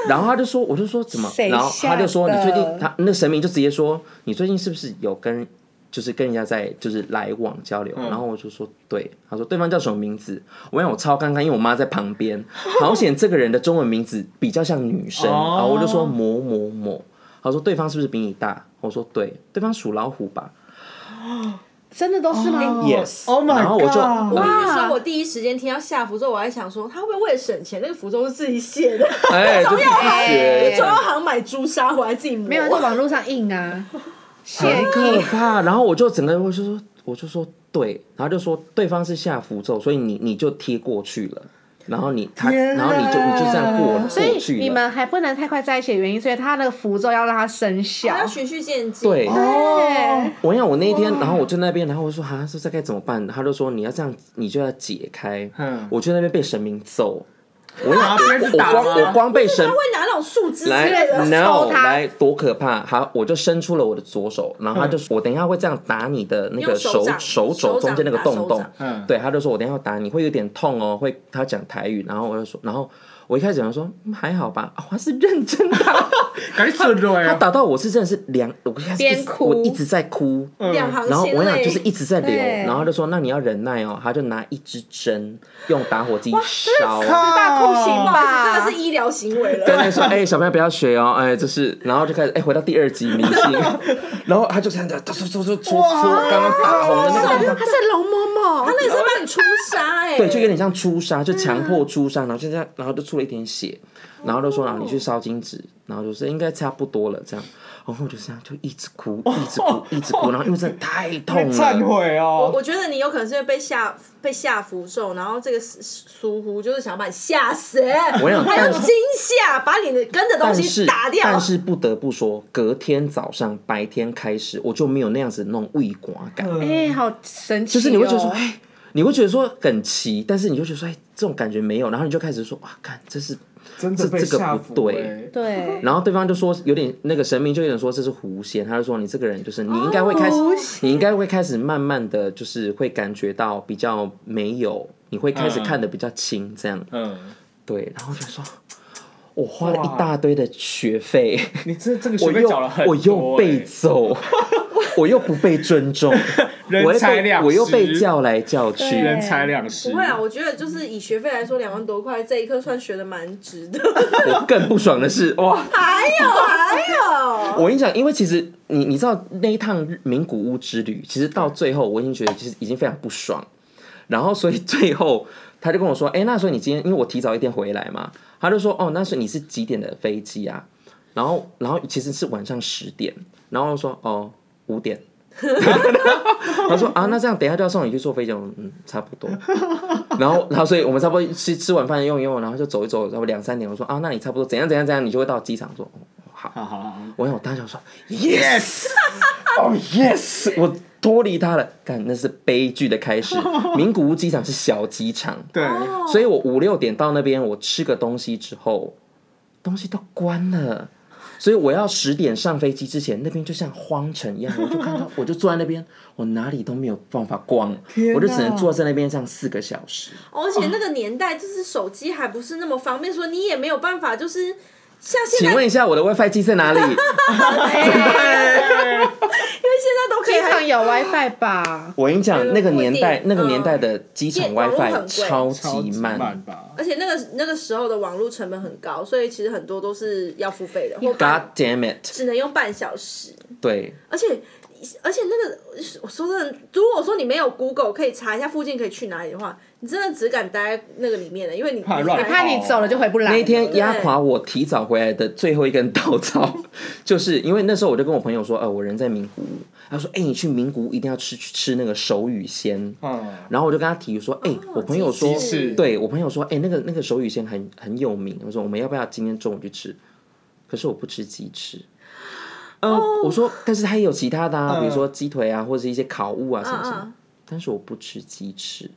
然后她就说我就说怎么，
谁
然后她就说
吓
你
的
最近她那神明就直接说你最近是不是有跟就是跟人家在就是来往
嗯
交流，然后我就说对，他说对方叫什么名字？我让我超尴尬，因为我妈在旁边，好险这个人的中文名字比较像女生，
哦
然后我就说某某某，他说对方是不是比你大？我说对，对方属老虎吧
真的都是吗？
？Yes。
Oh my
然后我就
God
我跟
呃
你说，我第一时间听到下符咒，我还想说，他会不会为了省钱，那个符咒是自己写的？
哎，就是
哎
学
哎
中药行买朱砂回来自己磨。
没有在网络上印 啊，
很
谢
可怕。然后我就整个我就说，我就说对，然后就说对方是下符咒，所以你你就贴过去了，然后你他，
天
然后你就
哪
你就这样过了
啊所
过
以
去
你
了。
们还不能太快在一起的原因，所以他那个符咒要让它生效
我。要循序渐进。哦
对，
对，
我想我那一天，然后我就那边，然后我说啊，这这该怎么办？他就说你要这样，你就要解开。
嗯
我去那边被神明揍，
我拿
啊
鞭子
我
打
光我
他，
光被神
他会拿那种树枝之类
来
的，
no
抽他
来多可怕！好，我就伸出了我的左手，然后他就说，我等一下会这样打你的那个
用手掌
手
手
肘
掌
中间那个洞
打手
洞
掌，
嗯
对，他就说我等一下要打你，会有点痛哦，会他讲台语，然后我就说，然后我一开始想说嗯还好吧，啊我是认真 打，
赶紧准备
他
啊！
打到我是真的是两，我一开始一直
边哭
我一直在哭，
两行
嗯然后
血
我想
泪，
就是一直在流，
对
然后他就说那你要忍耐哦，他就拿一支针用打火机烧。
大酷刑
不
吧
好意思这个是医疗行为
跟
了。
他说：“哎、小朋友不要学哦，哎、就是，然后就开始哎、回到第二集迷信，然后他就这样子，突突突突突突，刚刚打红的那个，
他是龙嬷
他
嬷，
那也是帮你出痧哎、
对，就有点像出痧，就强迫出痧，然后就这样，然后就出了一点血，然后就说啊，你去烧金纸，然后就说应该差不多了这样，然后我就这样就一直哭，一直哭，一直哭，然后因为真的太痛啊
忏
了，
悔
我
哦，
我觉得你有可能是被吓被吓符咒，然后这个疏忽就是想把你吓死，
我想
还
但
用
是
惊吓把你的跟着东
但是
西打掉。
但是不得不说，隔天早上白天开始，我就没有那样子那种畏寡感，
嗯
哎，好神奇哦。
就是你会觉得说，哎，你会觉得说很奇，但是你就觉得说，哎，这种感觉没有，然后你就开始说，哇，看这是，
真的被
这这个
吓
不
服
对
欸
对，
然后对方就说有点那个神明就有点说这是狐仙，他就说你这个人就是你应该会开始，
哦
你应该会开始慢慢的就是会感觉到比较没有，你会开始
嗯
看得比较清这样，
嗯，
对，然后就说。我花了一大堆的学费，
你这这个学
我
费
又
缴了很
我
多欸，
又被揍， 我又不被尊重，我
人
又
财
被
两失，
我又被叫来叫
对
去，
人财两失。
不会啊，我觉得就是以学费来说，两万多块这一课算学的蛮值的。
我更不爽的是，哇！
还有还有，
我跟你讲，因为其实你你知道那一趟名古屋之旅，其实到最后我已经觉得其实已经非常不爽，然后所以最后他就跟我说，哎、那所以你今天因为我提早一天回来嘛， 他就说，哦，那所以你是几点的飞机啊？然后然后其实是晚上十点，然后我说哦五点。 他说啊，那这样等一下就要送你去坐飞机。我说嗯，差不多。 然后，然后，所以我们差不多吃吃完饭用一用，然后就走一走，差不多两三点。我说啊，那你差不多怎样怎样怎样，你就会到机场。我说哦好，
好好好，
我有当时想说 yes，哦 yes，我脱离他了，但那是悲剧的开 始。名古屋机场是小机场，
对，
所以我五六点到那边，我吃个东西之后，东西都关了。所以我要十点上飞机之前，那边就像荒城一样，我就 看到，我就坐在那边，我哪里都没有办法逛，
天哪
我就只能坐在那边这样四个小时。
而且那个年代就是手机还不是那么方便，说你也没有办法，就是像现
请
在，因为
问一下，我的 WiFi 机 在哪里？
现在都可以
机
还
场
啊
有 WiFi 吧？
我跟你讲，那个年代，
固定
那个年代的机场
嗯网络
WiFi
很贵
超
超
级
级
慢，
慢吧？
而且那个那个时候的网络成本很高，所以其实很多都是要付费的，或
God
半
damn it！
只能用半小时。
对，
而且而且那个我说真的，如果说你没有 Google 可以查一下附近可以去哪里的话，你真的只敢待在那个里面了，因为你
怕
你
乱
看
跑
怕你走了就回不来。
那一天压垮我提早回来的最后一根稻草， 就是因为那时候我就跟我朋友说，呃，我人在名古屋，他说，哎、你去名古屋一定要吃去吃那个手语鲜。
嗯，
然后我就跟他提议说，哎、
哦
我朋友说
鸡翅，
对我朋友说，哎、那个那个手语鲜很很有名，我说我们要不要今天中午去吃？可是我不吃鸡翅。嗯、
哦
我说，但是他也有其他的啊，比如说鸡腿啊，或者是一些烤物啊什么什么，
嗯嗯
但是我不吃鸡翅。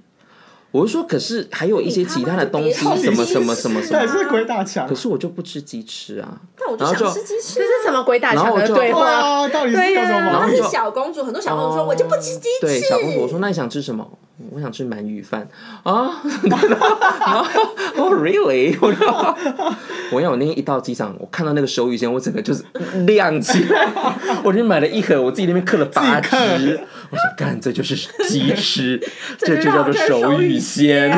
我就说，可是还有一些其他的东西，
你他妈就
什
别
么
吃
什么什么什
这
么
也，是鬼打墙
可。是我就不吃鸡翅啊。
但我就
然后
想
就
吃鸡翅啊，
这是什么鬼打
然
墙
后我
的
就
对
对
话？
啊，到底是
对啊
叫什么
然
然
后
后
毛
就是哦
病？
是小公主，很多小公主说：“我就不吃鸡翅。”
对，小公主我说那你想吃什么？我想吃鳗鱼饭啊！然后哦，really？我 说，我要我那天一到机场，我看到那个手语先，我整个就是亮起来， 我就买了一盒，我自己那边刻了八只，我想干，这就是鸡 翅，这就叫做手语先。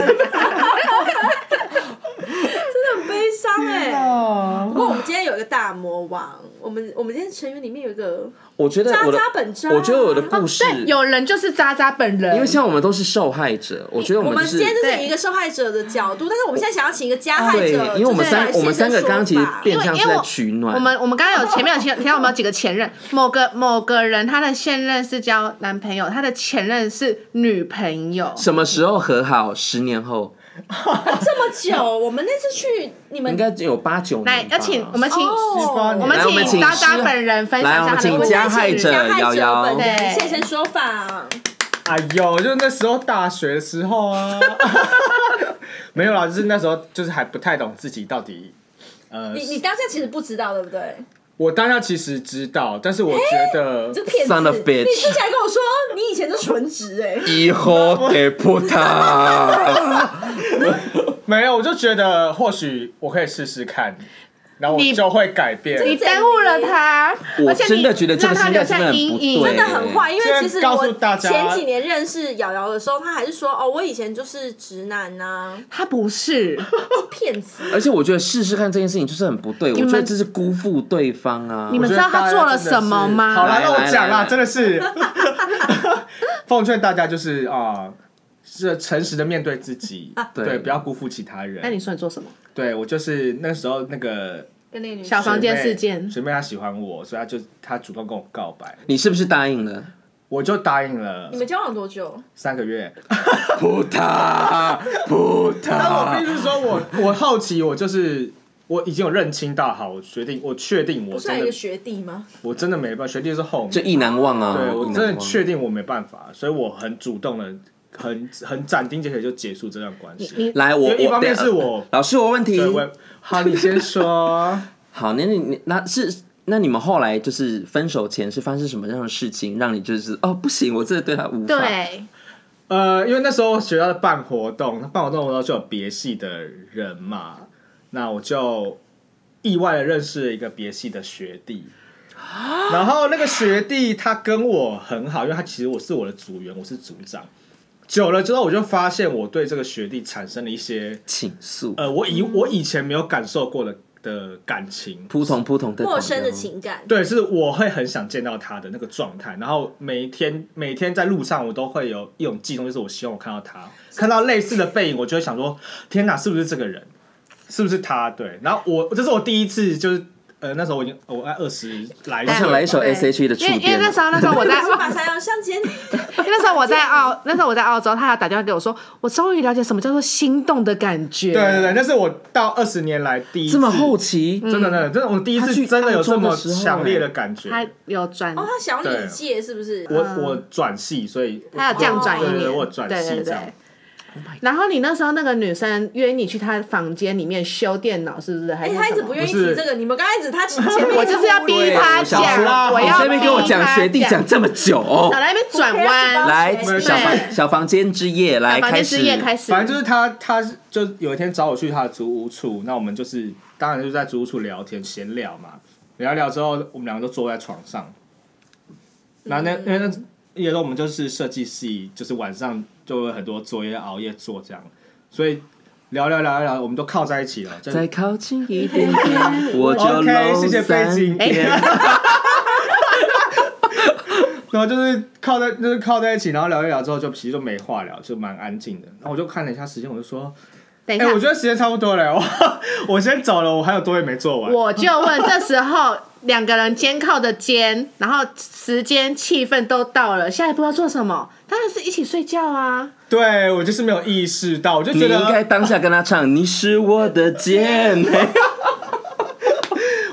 真的很悲伤哎、
啊
不过我们今天有一个大魔王，我们我们今天成员里面有一个
我觉得
渣
我的
渣，本渣，
我觉得我的故事，
对，有人就是渣渣本人，
因为像我们都是受害者，我觉得
我
们
们
哦就
今
是哦
天就是以一个受害者的角度，但是我们现在想要请一个加害
对
者，，
因为我们
就是来
三我们
现
三个
身
刚刚其实
说法
变相
因
是
为
在
我
取暖。
我们我们刚刚有前面有提提到我们有几个前任，某个某个人他的现任是交男朋友，他的前任是女朋友。
什么时候和好？十年后
这么久，我们那次去你们
应该有八九年吧。
来，要请我们请、
八
哦
年
我
来我
们
们
请
请
渣
施
渣本人分享
来
一下他
我们
的
请
故事
加害者
加害
瑶瑶
本人
对
现身说法，
哎呦，就那时候大学的时候啊， 没有啦，就是那时候就是还不太懂自己到底，呃
你，你当下其实不知道对不对？
我当下其实知道，但是我觉得
你这个骗子，
Son of
你
bitch
之前还跟我说你以前是纯直哎、
以后得不他。
没有，我就觉得或许我可以试试看，然后我
你
就会改变。
你耽误了他，
我
而且你
真的觉得这个
让他
心态
留
真的
下
很不
阴影，
对
真的很坏，因为其实
现在告诉大
我
家
前几年认识瑶瑶的时候，他还是说哦，我以前就是直男呐、
他不是，
骗子。
而且我觉得试试看这件事情就是很不对，我
们
觉得这是辜负对方啊。
你们
我觉得
知道
大
他
家
做了
真的
什么
是
吗
好啦，
来
那我
来
讲
来
啦，
来
真的是 奉劝大家就是啊，是诚实的面对自 己，
对
对，不要辜负其他
啊那
人。
你说你做什么？
对我就是那时候那个
跟那个女
小
生
房间
学妹
事件
学妹她喜欢我，所以她就她主动跟我告白，
你是不是答应了？
我就答应了
你们交往多久？
三个月。
不他，不
但我
他
必。须说我， 我好奇，我就是我已经有认清到，好，我决定，我确定，我
不算
真
啊
一
的
个学弟吗？
我真的没办法，学弟是后
这
面，
意难忘啊！
哦对我
意
真
难
的
忘
确定我没办法，所以我很主动的，很很斩钉截铁就结束这段关系。
你
来，我
因为一
我
方面
等
是我
老师，我问题
对，我好，你先说。
好，那你你那是那你们后来就是分手前是发生什么样的事情，让你就是哦不行，我真的对他无法。
对，
呃，因为那时候学校在办活动，那办活动的时候就有别系的人嘛，那我就意外的认识了一个别系的学弟，
啊
然后那个学弟他跟我很好，因为他其实我是我的组员，我是组长。久了之后，我就发现我对这个学弟产生了一些
倾诉，
呃，我
嗯
以我以前没有感受过的的感情。
扑通扑通的
陌生的情感，
对，是我会很想见到他的那个状态，然后每一天每天在路上，我都会有一种悸动，就是我希望我看到他，看到类似的背影，我就会想说，天哪，是不是这个人？是不是他？对，然后我这是我第一次，就是呃，那时候我已经我在二十来
我
岁，
想来一首
对
S H E 的触
因为因为
电，
那时候那时候我 在，
我马上要向前，
因为那时候我在澳，那时候我在澳洲，他有打电话给我说，我终于了解什么叫做心动的感觉。
对对对，那是我到二十年来第一次，
这么后
嗯
期，
真的真的真的，我第一
他
次
去
真的有这
澳洲
么
的时候欸
强烈的感觉。
他有转，
哦，他小你一届是不是？
我我转系，所以
他有这样转一
哦对对
年，
对我有转
对
系
对
这
对
样。。
然后你那时候那个女生约你去她房间里面修电脑，是不是？还
哎、
是
他一
什
直
么
不愿意
不是
提这个，你们刚开始他前面
我就是要逼他
对我想
讲
说，
我
你
要
在那边跟我讲学弟讲这么久哦
少，在那边转弯，
来
对
小房小房间之夜来
房
开
间之
始，
夜开始，
反正就是他，他就有一天找我去他的租屋处，那我们就是当然就是在租屋处聊天闲聊嘛，聊一聊之后，我们两个都坐在床上。嗯然后那那那也都我们就是设计系，就是晚上就会很多作业熬夜做这样，所以聊聊聊一聊，我们都靠在一起了。就是哦
再靠近一点点，我就
OK，谢谢
搂三
背景
遍
哎
然后就是靠在就是靠在一起，然后聊一聊之后就其实就没话聊，就蛮安静的。然后我就看了一下时间，我就说，
等一
哎、
下，
我觉得时间差不多了，我我先走了，我还有作业没做完。
我就问，这时候两个人肩靠着肩，然后时间气氛都到了，下一步要做什么？当然是一起睡觉啊！
对我就是没有意识到，我就
你
觉
应该
得，
当下跟他唱，你是我的姐 妹。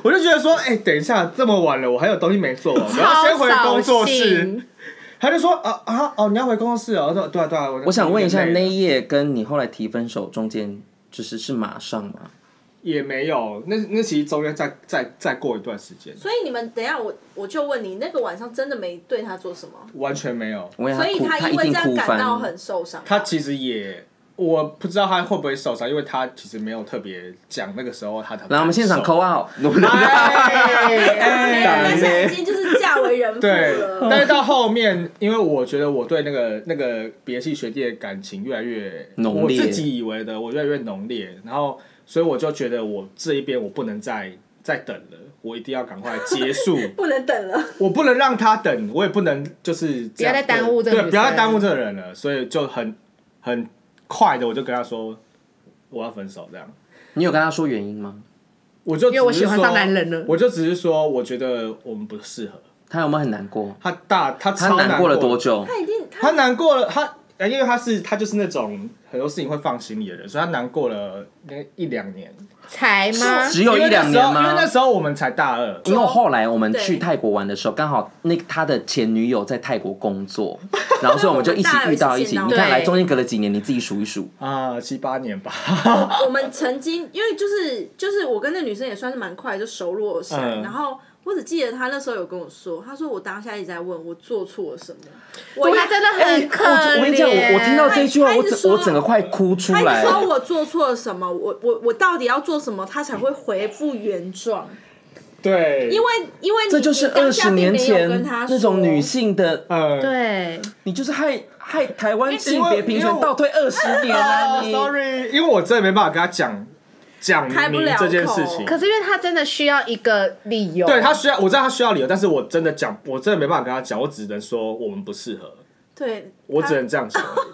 我就觉得说，哎、等一下，这么晚了，我还有东西没做完，我要
超
先回工作
扫
室。
兴。
他就说，啊啊哦，你要回工作室哦。我说，对啊对啊。
我想问一下，
有点
那
累
一夜跟你后来提分手中间，就是是马上吗？
也没有，那那其实中间再再再过一段时间，
所以你们等一下我我就问你，那个晚上真的没对他做什么？
完全没有。
我以为
所以
哭，他
因
一
为这
定
样
哭
感到
翻
很。受伤。
啊他其实也，我不知道他会不会受伤，因为他其实没有特别讲那个时候他的。
来，我们现场
扣。
扣 out。
哎
没有，但是已经就是嫁为人妇
对，
嗯
了。
但是到后面，因为我觉得我对那个那个别系学弟的感情越来越
浓烈
我自己以为的我越来越浓烈，然后所以我就觉得我这一边我不能再再等了，我一定要赶快结 束，
不能等了，
我不能让他等，我也不能就是这样
不要再耽误这
对，
个女生
不要再耽误这个人了，所以就很很快的我就跟他说我要分手这样。
你有跟他说原因吗？
我就只
因为我
是
喜欢
说
上男人了
我就只是说，我觉得我们不适合。
他有没有很难过？
他大，他
他
超
难
过
过了多久？
他一定
他
他
难过了，他呃因为他是他就是那种很多事情会放心里的人，所以他难过了那一两年，
才吗？
只有一两
因为
年
那时候因为
吗
那？时候我们才大二，
因为后来我们去
对
泰国玩的时候，刚好那个他的前女友在泰国工 作，然后所以我们就一起遇到一起。
对
你看，来
对
中间隔了几年，你自己数一数，
啊七八年吧，
我们曾经因为就是就是我跟那女生也算是蛮快就熟络起来，
嗯
然后我只记得他那时候有跟我说，他说我当下一直在问我做错了什么，我
他真的很可
我我跟你讲，我我听到
怜。
这一句话，
他一
我
直
整
说
我整个快哭出
他一
来
直说
了。
我做错了什么，我我我到底要做什么，他才会回复原状？
对，
因为因为你
这就是
你当
二
下
十
并
年
没有跟
前
他
那
说
种女性的，
呃，
对，
你就是害害台湾性
因为
别平
因为
权
我
倒退二十年啊！
哦
啊
你
，sorry，因为我真的没办法跟他讲讲
开不
明
了
这件事情
口。
可是因为他真的需要一个理由，
对他需要，我知道他需要理由，但是我真的讲，我真的没办法跟他讲，我只能说我们不适合，
对，
我
他
只能 这样讲而已。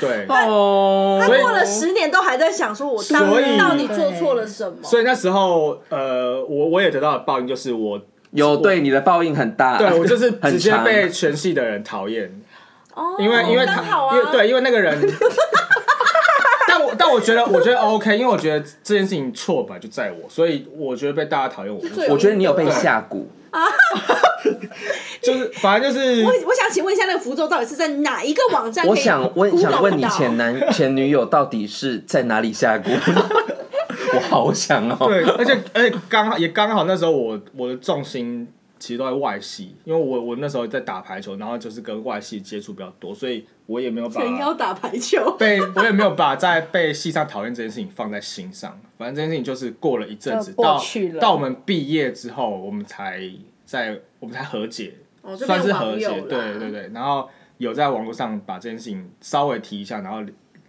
对，
哦，
所以
过了十年都还在想说，我当
所以
到底做错了什么？
所以那时候，呃，我我也得到的报应就是我，
有对你的报应很大。
对我就是
啊很
直接
长
被全系的人讨厌，
哦，
因为因为他
刚好，啊，
因为对，因为那 个人。但我但我觉得我觉得 OK，因为我觉得这件事情错本来就在我，所以我觉得被大家讨厌我，
最
我觉得你有被下蛊。
就是反正就是
我我想请问一下，那个福州到底是在哪一个网站可以
我
Google 到？
想问，想问你前男前女友到底是在哪里下蛊？ 我好想哦。
对，而且而且刚好也刚好那时候我我的重心其实都在外系，因为我我那时候在打排球，然后就是跟外系接触比较多，所以我也没有把
全要打排球，
被我也没有把在被戏上讨厌这件事情放在心上，反正这件事情就是过了一阵子，
就过
到
去了
到我们毕业之后，我们才在我们才和解，
哦，就
算是
变
和
网
解
友啦，
对对对。然后有在网络上把这件事情稍微提一下，然后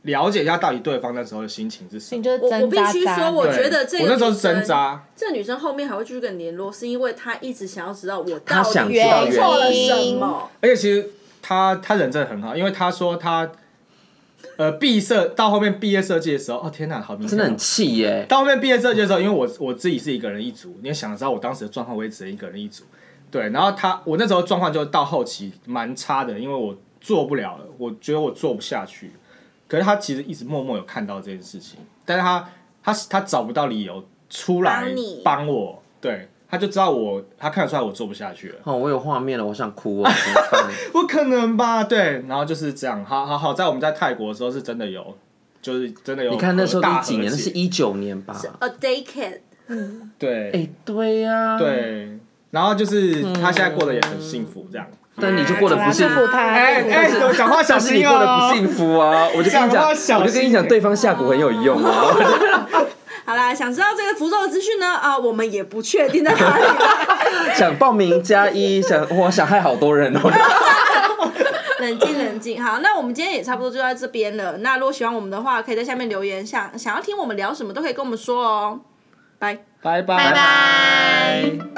了解一下到底对方那时候的心情是什
你
么。
就是
我我必须
真渣渣
说我
对
觉得这个
我那时候
女
是
生
挣扎，
这个女生后面还会继续跟你联络，是因为她一直想要知道我
她
到
想
底
知道
原
做了什
因
么。
而且其实他他人真的很好，因为他说他呃毕设到后面毕业设计的时候，哦天哪，好明显
真的
哦
很气耶、
到后面毕业设计的时候，因为我我自己是一个人一组，你也想知道我当时的状况，我也只能一个人一组。对，然后他我那时候状况就到后期蛮差的，因为我做不了了，我觉得我做不下去。可是他其实一直默默有看到这件事情，但是他他他找不到理由出来
帮你
帮我，对，他就知道我他看得出来我做不下去 了。
哦，我有画面了，我 想哭哦，怎么办
不可能吧？对，然后就是这样。好好好，在我们在泰国的时候是真的有，就是真的有。
你看那时候
大
一几
和
年，那是
解
一九年吧？
A day kid，
对
哎、对呀、，
对，然后就是他现在过得也很幸福，这样。
但你就过得不幸
祝
福
福，
啊
他，
哎哎，怎么讲话小
但嗯是你
心
过得
哦
不。幸 福啊！我就跟你
讲
讲，
话小心
我就跟你讲，对方下蛊很有用啊！
好啦，想知道这个符咒的资讯呢？啊，我们也不确定在哪里啦。
想报名加一，想我想害好多人哦。
冷静冷静，好，那我们今天也差不多就到这边了。那如果喜欢我们的话，可以在下面留言，想想要听我们聊什么都可以跟我们说哦。拜。
拜拜
拜拜。